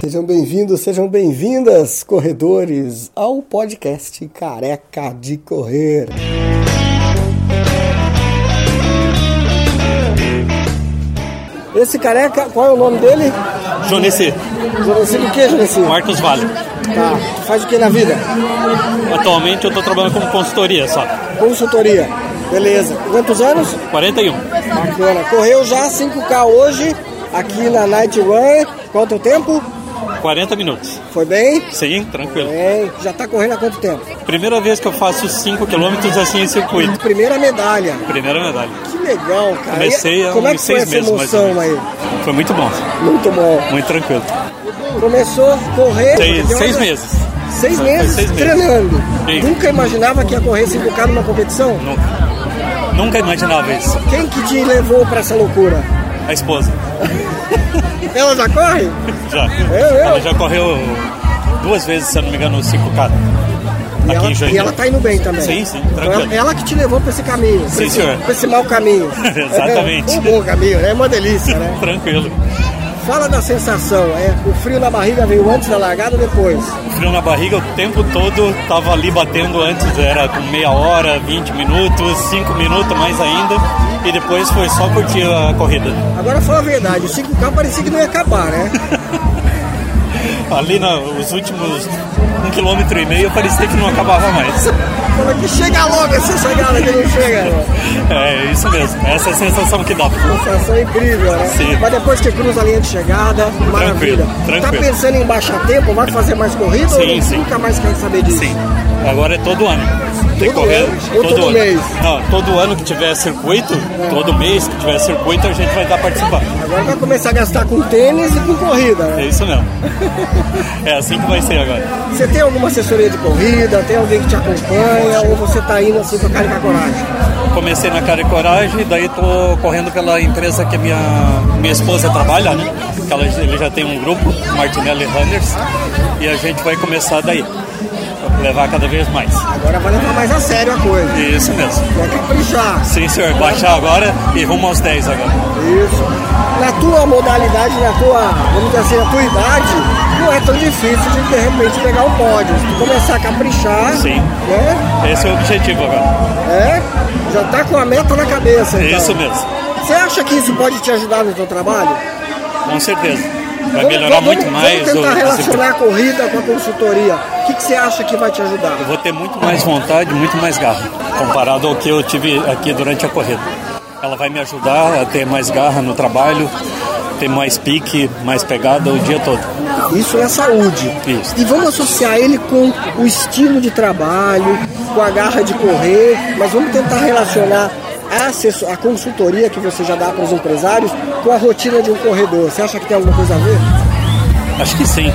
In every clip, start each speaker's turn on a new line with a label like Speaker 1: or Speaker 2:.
Speaker 1: Sejam bem-vindos, sejam bem-vindas, corredores, ao podcast Careca de Correr. Esse careca, qual é o nome dele?
Speaker 2: Jonesse,
Speaker 1: Jonesi do que, Jonesi?
Speaker 2: Marcos Vale.
Speaker 1: Tá, faz o que na vida?
Speaker 2: Atualmente eu estou trabalhando como consultoria só.
Speaker 1: Consultoria. Beleza. Quantos anos?
Speaker 2: 41.
Speaker 1: Bacana. Correu já 5K hoje, aqui na Night Run. Quanto tempo?
Speaker 2: 40 minutos.
Speaker 1: Foi bem?
Speaker 2: Sim, tranquilo.
Speaker 1: Bem. Já tá correndo há quanto tempo?
Speaker 2: Primeira vez que eu faço 5 km assim em circuito.
Speaker 1: Primeira medalha.
Speaker 2: Primeira medalha.
Speaker 1: Que legal, cara.
Speaker 2: Comecei
Speaker 1: E
Speaker 2: há
Speaker 1: Como é que
Speaker 2: uns
Speaker 1: foi
Speaker 2: seis
Speaker 1: essa
Speaker 2: meses, mais ou
Speaker 1: emoção aí?
Speaker 2: Foi muito bom,
Speaker 1: Muito bom.
Speaker 2: muito tranquilo.
Speaker 1: Começou a correr.
Speaker 2: Seis,
Speaker 1: deu
Speaker 2: seis
Speaker 1: uma-
Speaker 2: meses.
Speaker 1: Seis
Speaker 2: Foi
Speaker 1: meses
Speaker 2: seis meses.
Speaker 1: treinando.
Speaker 2: Sim.
Speaker 1: Nunca imaginava que ia correr 5K numa competição?
Speaker 2: Nunca. Nunca imaginava isso.
Speaker 1: Quem que te levou pra essa loucura?
Speaker 2: A esposa.
Speaker 1: Ela já corre?
Speaker 2: Já.
Speaker 1: Eu, eu.
Speaker 2: Ela já correu duas vezes, se eu não me engano, 5K.
Speaker 1: E ela,
Speaker 2: Aqui em
Speaker 1: e ela
Speaker 2: Joinville.
Speaker 1: tá indo bem também.
Speaker 2: Sim, sim,
Speaker 1: Então,
Speaker 2: tranquilo.
Speaker 1: ela, ela que te levou pra esse caminho. pra
Speaker 2: Sim,
Speaker 1: esse,
Speaker 2: senhor.
Speaker 1: Pra esse mau caminho.
Speaker 2: Exatamente.
Speaker 1: É, um bom caminho, né? É uma delícia, né?
Speaker 2: Tranquilo.
Speaker 1: Fala da sensação, é? O frio na barriga veio antes da largada ou depois?
Speaker 2: frio na barriga o tempo todo, tava ali batendo antes, era com meia hora, 20 minutos, 5 minutos mais ainda, e depois foi só curtir a corrida.
Speaker 1: Agora fala a verdade, o 5K parecia que não ia acabar, né?
Speaker 2: Ali nos últimos um quilômetro e meio parecia que não acabava mais.
Speaker 1: Fala que chega logo essa é chegada que não chega, né?
Speaker 2: É isso mesmo, essa é a sensação que dá.
Speaker 1: Sensação incrível, né?
Speaker 2: Sim.
Speaker 1: Mas depois que cruza a linha de chegada, maravilha. Tá
Speaker 2: tranquilo.
Speaker 1: pensando em baixar tempo, vai fazer mais corrida
Speaker 2: Sim,
Speaker 1: ou
Speaker 2: sim.
Speaker 1: nunca mais quer saber disso?
Speaker 2: Sim, agora é todo ano. Tem que
Speaker 1: Todo
Speaker 2: correr
Speaker 1: ano? Ou todo
Speaker 2: ano.
Speaker 1: mês?
Speaker 2: Não, todo ano que tiver circuito, todo mês que tiver circuito, a gente vai estar participando.
Speaker 1: Agora vai começar a gastar com tênis e com corrida, né?
Speaker 2: É isso mesmo. É assim que vai ser agora.
Speaker 1: Você tem alguma assessoria de corrida? Tem alguém que te acompanha? Ou você tá indo assim com a cara e com a coragem?
Speaker 2: Comecei na Cara e Coragem, daí tô correndo pela empresa que a minha, minha esposa trabalha, né? Que ela, ele já tem um grupo, Martinelli Runners, e a gente vai começar daí. Levar cada vez mais.
Speaker 1: Agora vai levar mais a sério a coisa.
Speaker 2: Isso mesmo.
Speaker 1: Vai caprichar.
Speaker 2: Sim, senhor. Baixar agora e rumo aos 10 agora.
Speaker 1: Isso. Na tua modalidade, na tua, vamos dizer assim, na tua idade, não é tão difícil de de repente pegar um pódio. Se tu começar a caprichar,
Speaker 2: Sim.
Speaker 1: né?
Speaker 2: Esse é o objetivo agora.
Speaker 1: É, já tá com a meta na cabeça.
Speaker 2: É
Speaker 1: Então.
Speaker 2: isso mesmo.
Speaker 1: Você acha que isso pode te ajudar no teu trabalho?
Speaker 2: Com certeza. Vai
Speaker 1: Vamos-
Speaker 2: melhorar
Speaker 1: vamos-
Speaker 2: muito mais.
Speaker 1: Vamos tentar
Speaker 2: o-
Speaker 1: relacionar a corrida com a consultoria. O que, que você acha que vai te ajudar?
Speaker 2: Eu vou ter muito mais vontade, muito mais garra, comparado ao que eu tive aqui durante a corrida. Ela vai me ajudar a ter mais garra no trabalho, ter mais pique, mais pegada o dia todo.
Speaker 1: Isso é saúde.
Speaker 2: Isso.
Speaker 1: E vamos associar ele com o estilo de trabalho, com a garra de correr, mas vamos tentar relacionar a, assessor- a consultoria que você já dá para os empresários com a rotina de um corredor. Você acha que tem alguma coisa a ver?
Speaker 2: Acho que sim.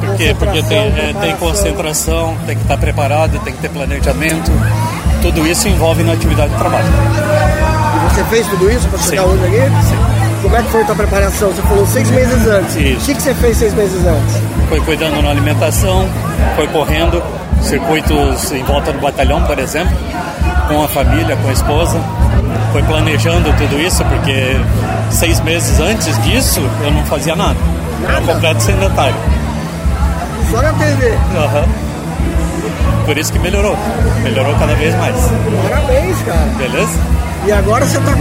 Speaker 2: Por quê? Porque tem, é, tem
Speaker 1: Concentração,
Speaker 2: concentração, tem que estar preparado, tem que ter planejamento. Tudo isso envolve na atividade de trabalho.
Speaker 1: E você fez tudo isso para chegar
Speaker 2: Sim.
Speaker 1: hoje aqui? Sim. Como é que foi a tua preparação? Você falou seis meses antes.
Speaker 2: Isso.
Speaker 1: O que, que você fez seis meses antes?
Speaker 2: Foi cuidando na alimentação, foi correndo, circuitos em volta do batalhão, por exemplo, com a família, com a esposa. Foi planejando tudo isso, porque seis meses antes disso eu não fazia nada. Era
Speaker 1: Nada?
Speaker 2: completo sedentário.
Speaker 1: Só na TV.
Speaker 2: Aham. Por isso que melhorou. Melhorou cada vez mais.
Speaker 1: Parabéns, cara.
Speaker 2: Beleza?
Speaker 1: E agora você está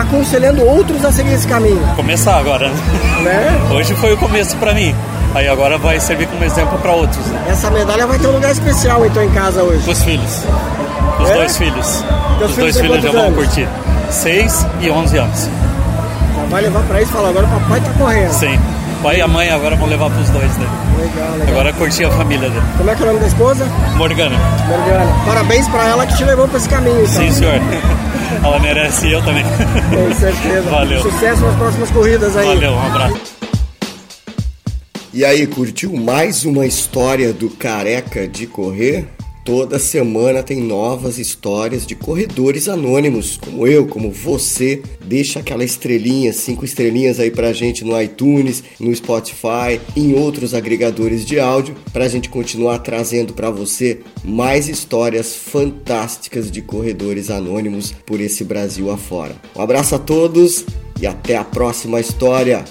Speaker 1: aconselhando outros a seguir esse caminho,
Speaker 2: Começar agora. né?
Speaker 1: né?
Speaker 2: Hoje foi o começo pra mim. Aí agora vai servir como exemplo pra outros, né?
Speaker 1: Essa medalha vai ter um lugar especial então em casa hoje.
Speaker 2: Os filhos. Os
Speaker 1: É?
Speaker 2: dois filhos.
Speaker 1: Teus filhos
Speaker 2: Os dois
Speaker 1: têm
Speaker 2: filhos já
Speaker 1: quantos
Speaker 2: vão
Speaker 1: anos?
Speaker 2: curtir. 6 e 11 anos.
Speaker 1: Vai levar pra isso e falar, agora o papai tá correndo.
Speaker 2: Sim. O pai e a mãe agora vão levar pros dois, né?
Speaker 1: Legal, legal.
Speaker 2: Agora curtir a família dele.
Speaker 1: Como é que é o nome da esposa?
Speaker 2: Morgana.
Speaker 1: Morgana. Parabéns pra ela que te levou pra esse caminho. então.
Speaker 2: Sim, senhor. Ela merece e eu também.
Speaker 1: Com certeza.
Speaker 2: Valeu.
Speaker 1: Sucesso nas próximas corridas aí.
Speaker 2: Valeu, um abraço.
Speaker 3: E aí, curtiu mais uma história do Careca de Correr? Toda semana tem novas histórias de corredores anônimos, como eu, como você. Deixa aquela estrelinha, cinco estrelinhas aí pra gente no iTunes, no Spotify, em outros agregadores de áudio, pra gente continuar trazendo pra você mais histórias fantásticas de corredores anônimos por esse Brasil afora. Um abraço a todos e até a próxima história.